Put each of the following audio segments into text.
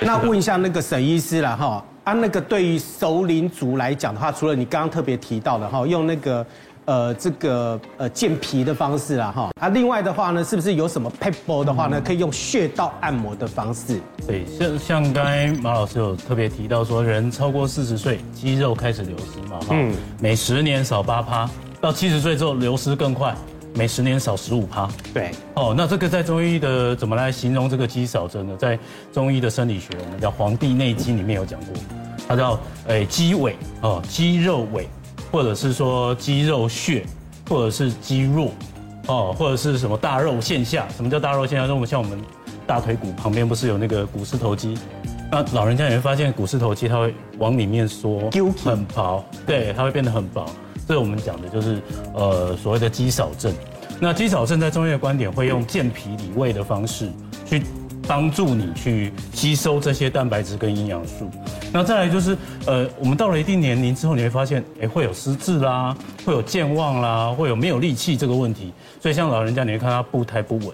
那问一下那个沈医师了哈，啊，那个对于熟龄族来讲的话，除了你刚刚特别提到的哈，用那个呃这个呃健脾的方式啦哈，啊，另外的话呢，是不是有什么 p e b l e 的话呢，可以用穴道按摩的方式？对，像像刚才马老师有特别提到说，人超过四十岁，肌肉开始流失嘛，哈、每十年少八趴，到七十岁之后流失更快，每十年少十五趴。对，哦，那这个在中医的怎么来形容这个肌少症呢？在中医的生理学，我们叫《黄帝内经》里面有讲过，它叫诶肌萎哦，肌肉萎，或者是说肌肉血，或者是肌弱，哦，或者是什么大肉现象？什么叫大肉现象？那我们像我们大腿骨旁边不是有那个股四头肌？那老人家也会发现股四头肌它会往里面缩揪，起很薄，对，它会变得很薄。这我们讲的就是呃所谓的肌少症。那肌少症在中医的观点会用健脾理胃的方式去帮助你去吸收这些蛋白质跟营养素。那再来就是呃，我们到了一定年龄之后，你会发现哎会有失智啦，会有健忘啦，会有没有力气这个问题。所以像老人家，你会看他步态不稳，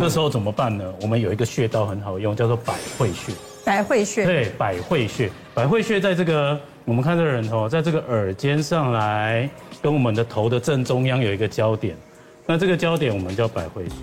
这时候怎么办呢？我们有一个穴道很好用，叫做百会穴。百会 穴，对，百会穴，百会穴在这个我们看这个人头，在这个耳尖上来，跟我们的头的正中央有一个交点，那这个交点我们叫百会穴。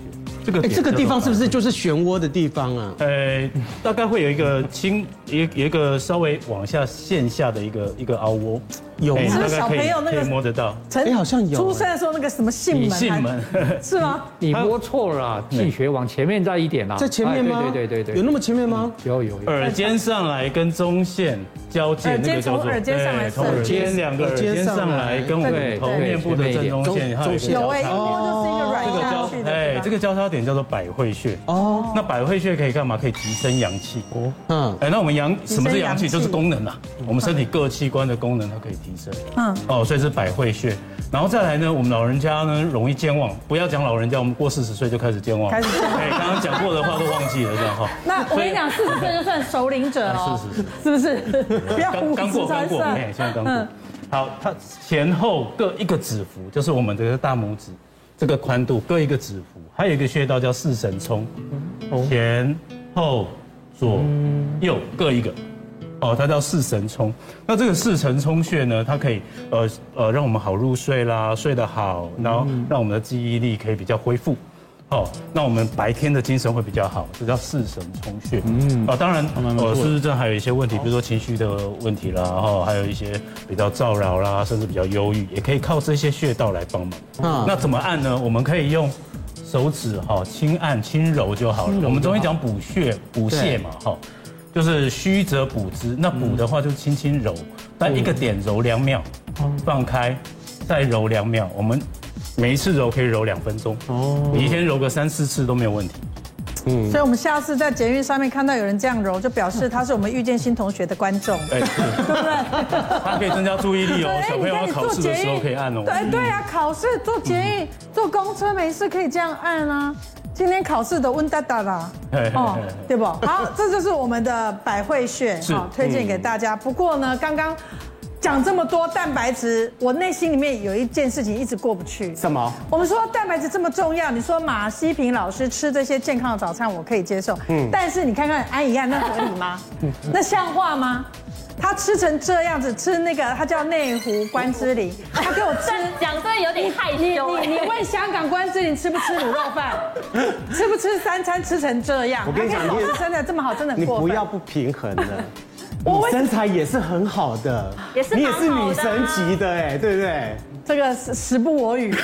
这个哎，点这个地方是不是叫做就是漩涡的地方啊？百会？呃，大概会有一个轻，有有一个稍微往下陷下的一个一个凹窝，有吗哎是不大是概可以小朋友那个可以摸得到。陈哎好像有出生的时候那个什么囟门你还，信门， 是吗？你摸错了啦，气血往前面再一点啦，哎在前面吗？哎对对对对有对，那么前面吗？有有有，耳尖上来跟中线交界耳那尖个叫做从耳尖上来对从是耳尖两个耳尖上来跟我们对头面部的正中线，对还有一个中有交哎，叉点一摸就是一个软下去的。哎，这个交叉点叫做百会穴。哦，那百会穴可以干嘛？可以提升阳气。哦，嗯，哎，那我们阳提升什么是阳阳气气？就是功能啊，我们身体各器官的功能它可以提升。嗯嗯，哦，所以是百会穴。然后再来呢，我们老人家呢容易健忘，不要讲老人家，我们过四十岁就开始健忘。开始健忘哎，刚刚讲过的话都忘记了，这样哈。那我跟你讲，四十岁就算熟龄者 哦，是是是，是不是？不 要刚五刚十过刚才过，算哎，。现在刚过嗯。好，它前后各一个指腹，就是我们这个大拇指这个宽度各一个指腹，还有一个穴道叫四神聪，哦前后左右各一个。哦，它叫四神聪。那这个四神聪穴呢，它可以呃呃让我们好入睡啦，睡得好，然后让我们的记忆力可以比较恢复。哦，那我们白天的精神会比较好，这叫四神冲穴。嗯，啊，当然，呃，失智症还有一些问题，比如说情绪的问题啦，然后还有一些比较燥扰啦，甚至比较忧郁，也可以靠这些穴道来帮忙。嗯那怎么按呢？我们可以用手指哈，轻按轻揉就好了。我们中医讲补血补泻嘛，哈，就是虚则补之。那补的话就轻轻嗯揉，但一个点揉两秒，放开，再揉两秒。我们每一次揉可以揉两分钟，哦，你一天揉个三四次都没有问题。所以，我们下次在捷运上面看到有人这样揉，就表示他是我们遇见新同学的观众，哎，对不对？ 它可以增加注意力对哦哎，小朋友要考试的时候可以按哦。对对啊，考试坐捷运、坐公车没事可以这样按啊。今天考试的温哒哒啦嘿嘿，嘿哦，对不？好，这就是我们的百会穴，是好推荐给大家。不过呢，刚刚讲这么多蛋白质，我内心里面有一件事情一直过不去。什么？我们说蛋白质这么重要，你说马西平老师吃这些健康的早餐，我可以接受。嗯，但是你看看安以安，那合理吗？嗯 那像话吗？他吃成这样子，吃那个他叫内湖关之琳，他给我吃。讲真的有点害你羞哎你你问香港关之琳吃不吃卤肉 饭，吃不吃三餐吃成这样？我跟你讲他给我你吃真的这么好，真的很你过分。不要不平衡 了。我你身材也是很好的，也是你蛮也好的啊是女神级的哎，对不对？这个时时不 我与。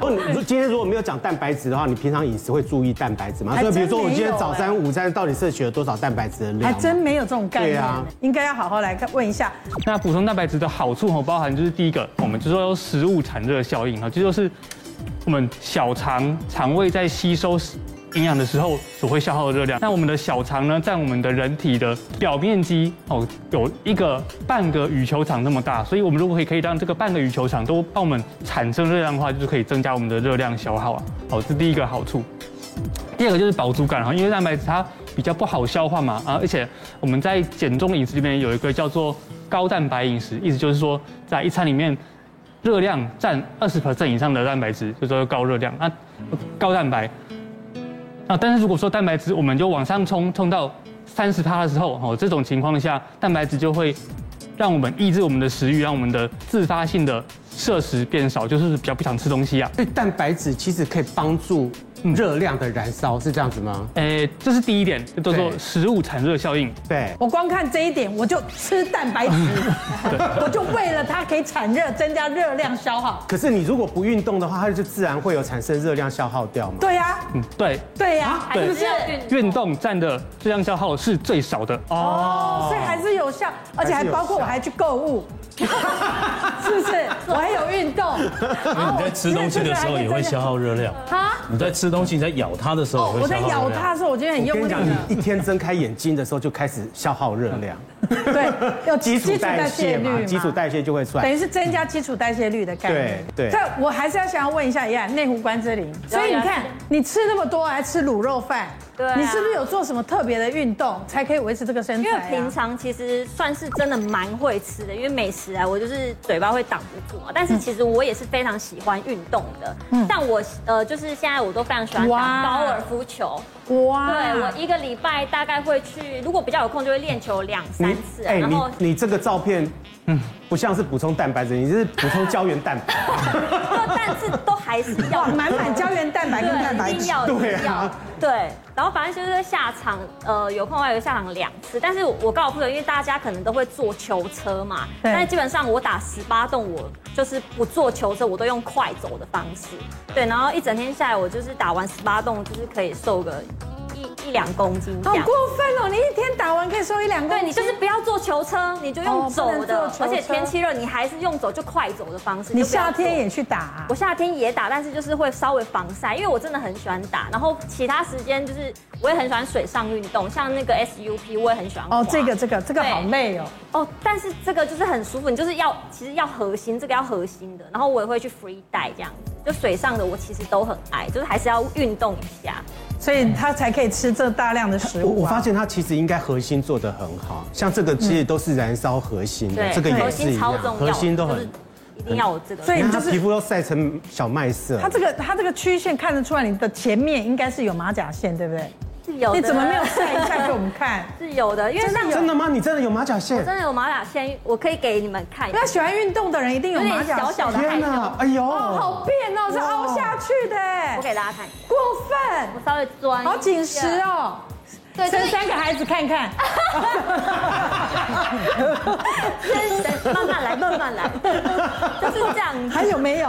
哦，你如今天如果没有讲蛋白质的话，你平常饮食会注意蛋白质吗？还所以真比如说我没有今天早哎餐、午餐到底摄取了多少蛋白质的量？还真没有这种概念，对啊应该要好好来看问一下。那补充蛋白质的好处哦，包含就是第一个，我们就说食物产热效应啊，这就是我们小肠肠胃在吸收营养的时候所会消耗的热量。那我们的小肠呢，占我们的人体的表面积哦，有一个半个羽球场那么大，所以我们如果可以可以让这个半个羽球场都帮我们产生热量的话，就是可以增加我们的热量消耗啊。好，这是第一个好处。第二个就是饱足感哈，因为蛋白质它比较不好消化嘛啊，而且我们在减重饮食里面有一个叫做高蛋白饮食，意思就是说在一餐里面热量呃占二十以上的蛋白质，就叫做高热量。那高蛋白那但是如果说蛋白质，我们就往上冲，冲到三十趴的时候，哦，这种情况下，蛋白质就会让我们抑制我们的食欲，让我们的自发性的摄食变少，就是比较不想吃东西啊。所以蛋白质其实可以帮助热量的燃烧，是这样子吗？诶，这是第一点，叫做对食物产热效应。对，我光看这一点，我就吃蛋白质，我就为了它可以产热，增加热量消耗。可是你如果不运动的话，它就自然会有产生热量消耗掉嘛。对呀、嗯，对，对呀、还是不是是？要运动运动占的热量消耗是最少的。哦，所以还是有效，而且还包括我还去购物，是不是？我还有运动，然后你在吃东西的时候也会消耗热 量，啊。你在吃东西，你在咬它的时候哦，也我会在消耗热量。咬它的时候，我觉得很我用跟你力讲，了。你一天睁开眼睛的时候就开始消耗热量，对，有基础代谢嘛，基础代谢就会出等来。于是增加基础代谢率的概念。对对但我还是要想要问一下叶安内湖关之琳，所以你看你吃那么多，还吃卤肉饭，啊对啊你是不是有做什么特别的运动才可以维持这个身材因啊、为平常其实算是真的蛮会吃的，因为美食啊，我就是嘴巴会挡不住嘛。但是其实我也是非常喜欢运动的，像我呃，就是现在我都非常喜欢哇打高尔夫球。哇，对我一个礼拜大概会去，如果比较有空就会练球两三你次啊，哎，然你后你这个照片，嗯，不像是补充蛋白质，你是补充胶原蛋白。 就 但是都还是要哇，满满胶原蛋白跟蛋白对，一定质，要，对一啊定要，对。然后反正就是下场，呃，有空的话有下场两次。但是我我告诉你，因为大家可能都会坐球车嘛，对但是基本上我打十八洞，我就是不坐球车，我都用快走的方式。对，然后一整天下来，我就是打完十八洞，就是可以瘦个一一两公斤这好样过。分哦！你一天打完可以瘦一两公对斤，你就是不要坐球车，你就哦用不能走的，坐球而且车天气热，你还是用走就快走的方式。你就不要夏天坐也去打、啊我。夏天也打，但是就是会稍微防晒，因为我真的很喜欢打。然后其他时间就是我也很喜欢水上运动，像那个 SUP 我也很喜欢滑。哦，这个这个这个对好累哦。哦，但是这个就是很舒服，你就是要其实要核心，这个要核心的。然后我也会去 free 带这样子，就水上的我其实都很爱，就是还是要运动一下。所以他才可以吃这大量的食我物、啊。我发现它其实应该核心做得很好，像这个其实都是燃烧核心的，嗯对，这个也核是心一超样，重核要，心都就是很，一定要有这个。所以你看就它是皮肤都晒成小麦色它。这个它这个曲线看得出来，你的前面应该是有马甲线，对不对？是有的你哎怎么没有晒一下给我们看？是有的，因为像真的吗？你真的有马甲线？真的有马甲线，我可以给你们看一下 那，喜欢运动的人一定有有马点甲线。小小的害天羞。哪！哎呦，哦，好变哦，是凹下去的哎我，给大家看一下，过分，我稍微钻一下，好紧实哦。哎对就是生三个孩子看看， 先等慢慢来，慢慢来，就是这样 子。还有没有？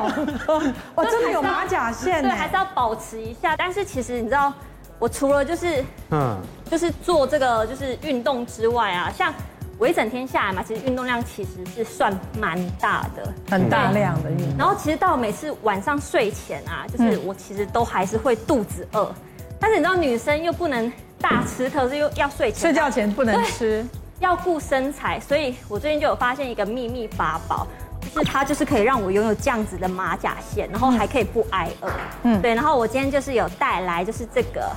我真的有马甲线对，还哎是。要保持一下。但是其实你知道，我除了就是嗯，就是做这个就是运动之外啊，像我一整天下来嘛，其实运动量其实是算蛮大的。很大量的运动，然后其实到每次晚上睡前啊，嗯就是我其实都还是会肚子饿，但是你知道女生又不能大吃特吃，又要睡前睡觉前不能吃，要顾身材，所以我最近就有发现一个秘密法宝，就是它就是可以让我拥有这样子的马甲线，然后还可以不挨饿。嗯，对，然后我今天就是有带来就是这个，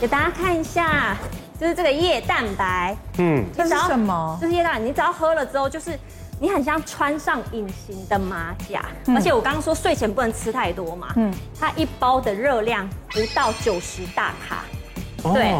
给大家看一下，就是这个液蛋白。嗯，这是什么就是液蛋，你只要喝了之后就是。你很像穿上隐形的马甲，嗯而且我刚刚说睡前不能吃太多嘛，嗯，它一包的热量不到九十大卡，哦对，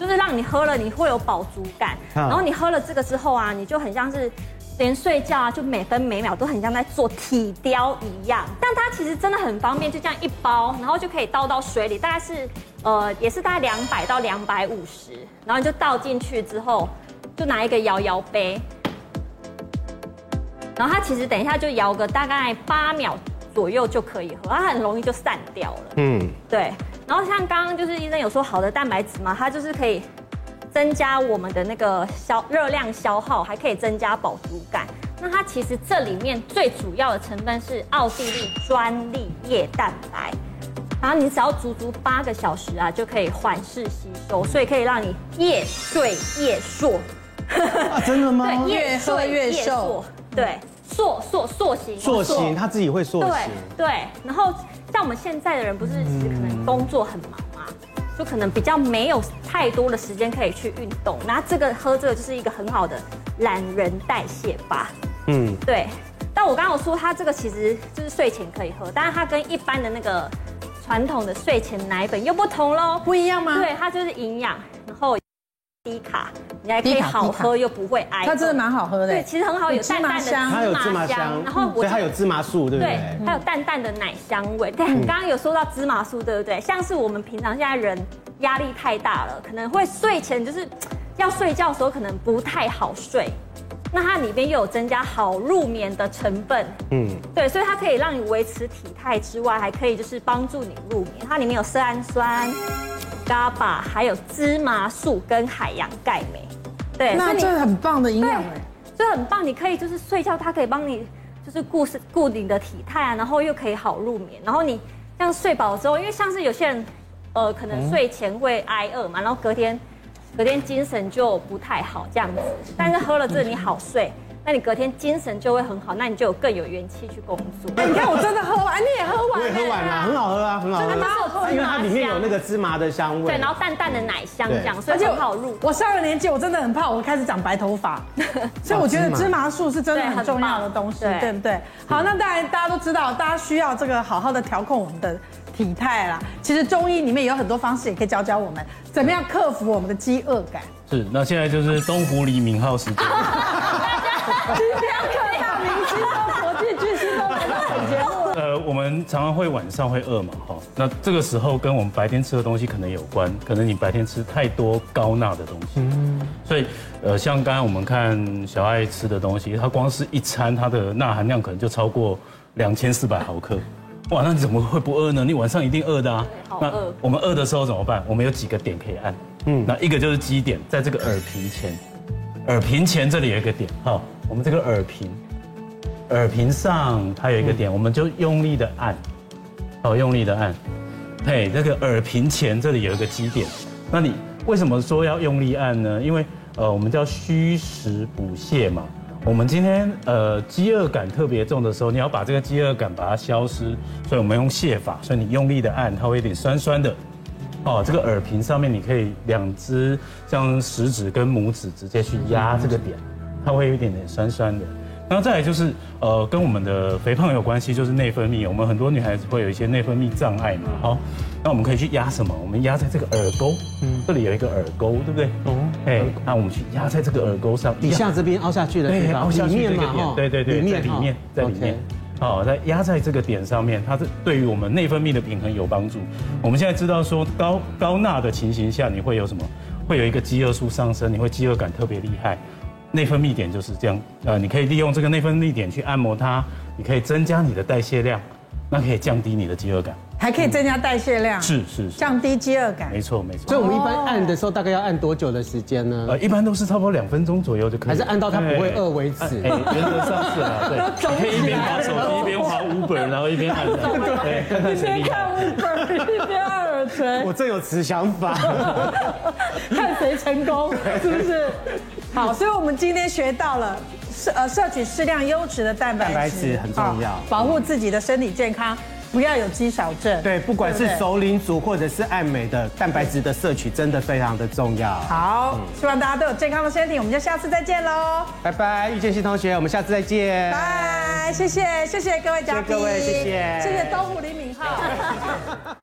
就是让你喝了你会有饱足感，啊然后你喝了这个之后啊，你就很像是连睡觉啊，就每分每秒都很像在做体雕一样。但它其实真的很方便，就这样一包，然后就可以倒到水里，大概是呃也是大概两百到两百五十，然后你就倒进去之后，就拿一个摇摇杯，然后它其实等一下就摇个大概八秒左右就可以喝，它很容易就散掉了。嗯，对，然后像刚刚就是医生有说好的蛋白质嘛，它就是可以增加我们的那个消热量消耗，还可以增加饱足感。那它其实这里面最主要的成分是奥地利专利液蛋白，然后你只要足足八个小时啊，就可以缓释吸收，所以可以让你夜睡夜硕。啊，真的吗？对，越喝睡越夜瘦嗯硕，对，塑塑塑形，塑形，它自己会塑对形。对，然后像我们现在的人，不是其实可能工作很忙嘛，就可能比较没有太多的时间可以去运动。那这个喝这个就是一个很好的懒人代谢法。嗯，对，但我刚刚有说它这个其实就是睡前可以喝，但是它跟一般的那个传统的睡前奶粉又不同喽。不一样吗？对，，它就是营养，然后低卡，你还可低以卡好低卡喝又不会挨饿。它真的蛮好喝的对，。其实很好，有有芝淡麻淡的香它有芝麻香，然后我所以它有芝麻素，对不嗯对对？，还有淡淡的奶香味。对，刚刚有说到芝麻素，对不对？像是我们平常现在人压力太大了，可能会睡前就是嘖要睡觉的时候可能不太好睡，那它里边又有增加好入眠的成分，嗯，对，所以它可以让你维持体态之外，还可以就是帮助你入眠。它里面有色氨酸、GABA，还有芝麻素跟海洋钙镁。对，所那以你这很棒的营养哎对。所以很棒，你可以就是睡觉，它可以帮你就是顾是顾你的体态啊，然后又可以好入眠，然后你这样睡饱之后，因为像是有些人，呃，可能睡前会挨饿嘛，然后隔天隔天精神就不太好这样子，但是喝了这个你好睡，那你隔天精神就会很好，那你就有更有元气去工作。哎，你看我真的喝完，你也喝完我了也喝完了，很好喝啊，很好真的蛮好喝喝。的因为它里面有那个芝麻的香味。对，然后哎淡淡的奶香这样， 所以而且很好入。我上了年纪，我真的很怕我开始长白头 发，所以我觉得芝麻素是真的对很很重要的棒东西，对对不对？好，那当然大家都知道，大家需要这个好好的调控我们的体态啦。其实中医里面有很多方式，也可以教教我们怎么样克服我们的饥饿感。是，那现在就是东湖黎明号时间。今天各大明星都国际巨星 都来到本节目了，呃，我们常常会晚上会饿嘛，哈、那这个时候跟我们白天吃的东西可能有关，可能你白天吃太多高钠的东西，嗯所以呃，像刚刚我们看小爱吃的东西，它光是一餐它的钠含量可能就超过两千四百毫克，哇，那你怎么会不饿呢？你晚上一定饿的啊对。好那饿我们饿的时候怎么办？我们有几个点可以按，嗯，那一个就是基点，在这个耳屏前，耳屏前这里有一个点，哈、我们这个耳屏。耳屏上它有一个点，我们就用力的按，好，用力的按。嘿，那个耳屏前这里有一个基点，那你为什么说要用力按呢？因为呃，我们叫虚实补泻嘛。我们今天呃饥饿感特别重的时候，你要把这个饥饿感把它消失，所以我们用泻法，所以你用力的按，它会有点酸酸的。哦，这个耳屏上面你可以两只像食指跟拇指直接去嗯压这个点，它会有一点点酸酸的。然后再来就是呃，跟我们的肥胖有关系，就是内分泌。我们很多女孩子会有一些内分泌障碍嘛，嗯好、那我们可以去压什么？我们压在这个耳沟，嗯这里有一个耳沟，对不对？哦，哎，那我们去压在这个耳沟上，底一样下这边凹下去的地对，哦方，凹下里去这面个嘛，点哈，对对对，里在面里哈面，在里 OK 面。好，在压在这个点上面，它是对于我们内分泌的平衡有帮助。我们现在知道说高高钠的情形下，你会有什么？会有一个饥饿素上升，你会饥饿感特别厉害。内分泌点就是这样，呃，你可以利用这个内分泌点去按摩它，你可以增加你的代谢量，那可以降低你的饥饿感。还可以增加代谢量，是是是，降低饥饿感。没错没错。所以我们一般按的时候大概要按多久的时间呢？呃，一般都是差不多两分钟左右就可以，嗯还是按到它不会对饿为止哎，原则上是 啦，对，你可以一边滑手机一边滑 Uber，然后一边按，对，看看一谁边 厉害。看 Uber 一边按耳垂，我真有此想法。 看谁成功，是不是？好，所以我们今天学到了摄呃摄取适量优质的蛋白质，蛋白质很重要啊保护自己的身体健康，不要有肌少症。对，不管是对不对熟龄族或者是爱美的，蛋白质的摄取真的非常的重要。嗯好，希望大家都有健康的身体，我们就下次再见喽，拜拜，遇见新同学，我们下次再见。拜，谢谢谢谢各位嘉宾，谢谢各位谢谢谢谢东湖李敏镐。